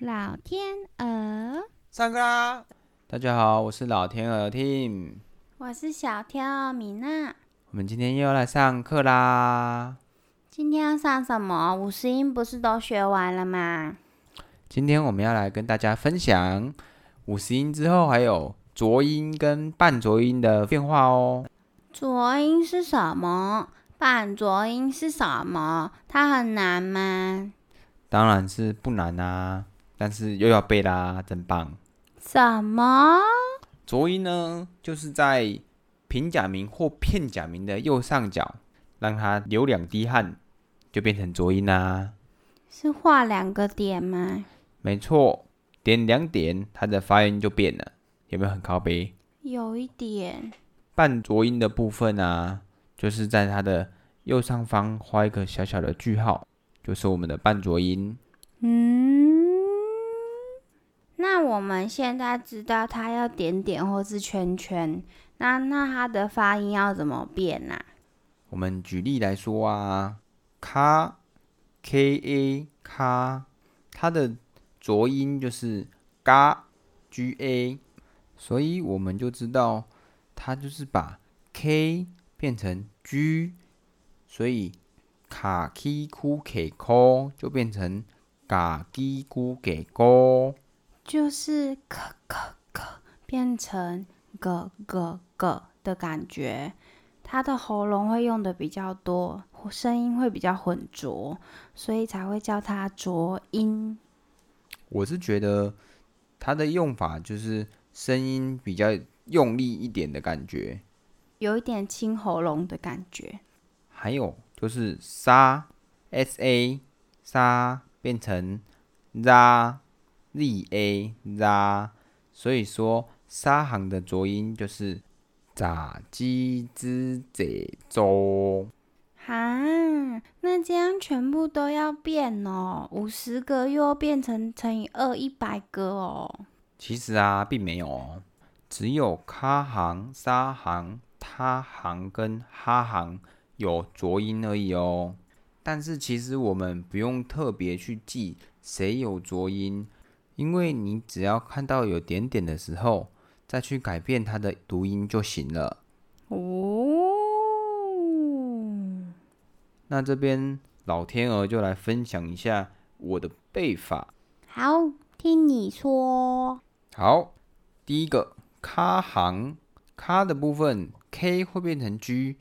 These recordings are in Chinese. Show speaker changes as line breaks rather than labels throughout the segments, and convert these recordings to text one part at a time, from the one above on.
老天鹅，
上课啦！
大家好，我是老天鹅 Tim，
我是小天鹅米娜。
我们今天又要来上课啦。
今天要上什么？五十音不是都学完了吗？
今天我们要来跟大家分享五十音之后还有浊音跟半浊音的变化哦。
浊音是什么？半浊音是什么？它很难吗？
当然是不难啊，但是又要背啦，真棒。
什么？
浊音呢，就是在平假名或片假名的右上角，让它流两滴汗，就变成浊音啦、
是画两个点吗？
没错，点两点，它的发音就变了，有没有很靠背？
有一点。
半浊音的部分啊，就是在它的右上方画一个小小的句号，就是我们的半浊音。
嗯，那我们现在知道它要点点或是圈圈，那那它的发音要怎么变啊？
我们举例来说啊，卡 k a 卡，它的浊音就是嘎 g a，所以我们就知道它就是把 k 变成 g，所以卡 k 哭给 k 就变成嘎 k 哭给 k。
就是咯咯咯变成咯咯咯的感觉，它的喉咙会用的比较多，声音会比较浑浊，所以才会叫它浊音。
我是觉得它的用法就是声音比较用力一点的感觉，
有一点清喉咙的感觉，
还有就是沙 s a 沙变成 ra z a ra，所以说沙行的浊音就是咋鸡之者周。
哈，那这样全部都要变哦，五十个又要变成乘以二一百个哦。
其实啊，并没有哦，只有卡行、沙行、他行跟哈行有浊音而已哦。但是其实我们不用特别去记谁有浊音，因为你只要看到有点点的时候，再去改变它的读音就行了。
哦，
那这边老天鹅就来分享一下我的背法。
好，听你说。哦
好，第一个咖行咖的部分，K 会变成 G，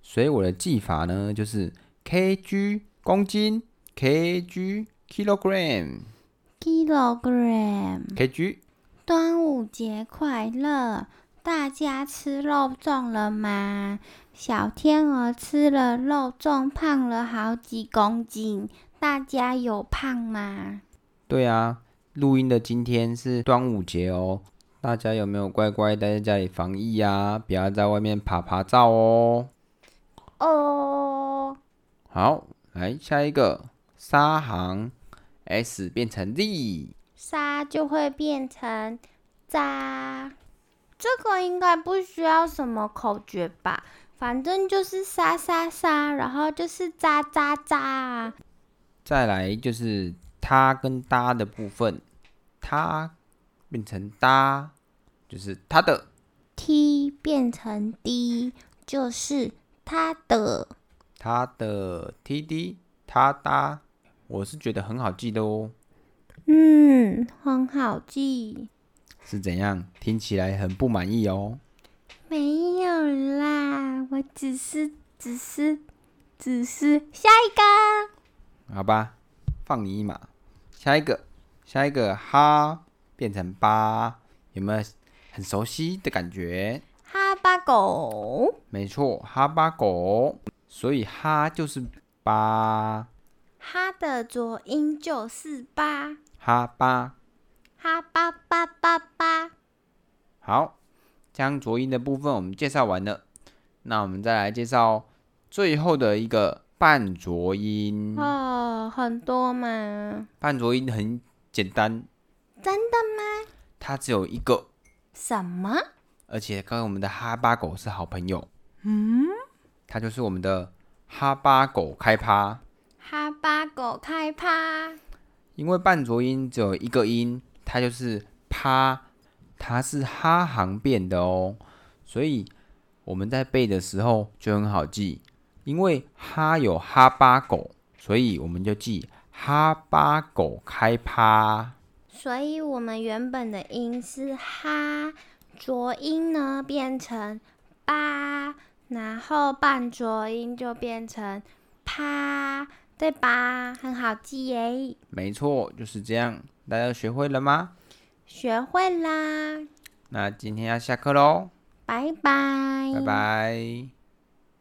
所以我的记法呢就是 KG 公斤，KG kilogram，KG
kilogram。端午节快乐！大家吃肉粽了吗？小天鹅吃了肉粽，胖了好几公斤。大家有胖吗？
对啊，录音的今天是端午节哦，大家有没有乖乖待在家里防疫啊？不要在外面爬爬照哦。
哦，
好，来下一个沙行，S 变成 Z。
沙就会变成渣。这个应该不需要什么口诀吧？反正就是沙沙沙，然后就是渣渣渣啊。
再来就是它跟搭的部分，它变成搭，就是它的
t 变成 d 就是它的。
它的 T D 它搭，我是觉得很好记的哦。
嗯，很好记。
是怎样？听起来很不满意哦。
没有啦，我只是，只是，只是下一个
好吧，放你一马。下一个，下一个哈变成八，有没有很熟悉的感觉？
哈巴狗，
没错，哈巴狗，所以哈就是八，
哈的浊音就是八，
哈巴
哈巴巴巴巴。
好，将浊音的部分我们介绍完了，那我们再来介绍最后的一个半浊音。
哦，很多嘛。
半浊音很简单，
真
的吗？它只有一个，
什么？
而且跟我们的哈巴狗是好朋友，
嗯，
它就是我们的哈巴狗开趴。
哈巴狗开趴。
因为半浊音只有一个音，它就是啪，它是哈行变的哦，所以我们在背的时候就很好记，因为哈有哈巴狗，所以我们就记哈巴狗开趴。
所以我们原本的音是哈，浊音呢变成吧，然后半浊音就变成啪，对吧？很好记耶，
没错，就是这样，大家学会了吗？
学会啦，
那今天要下课喽，
拜拜，
拜拜。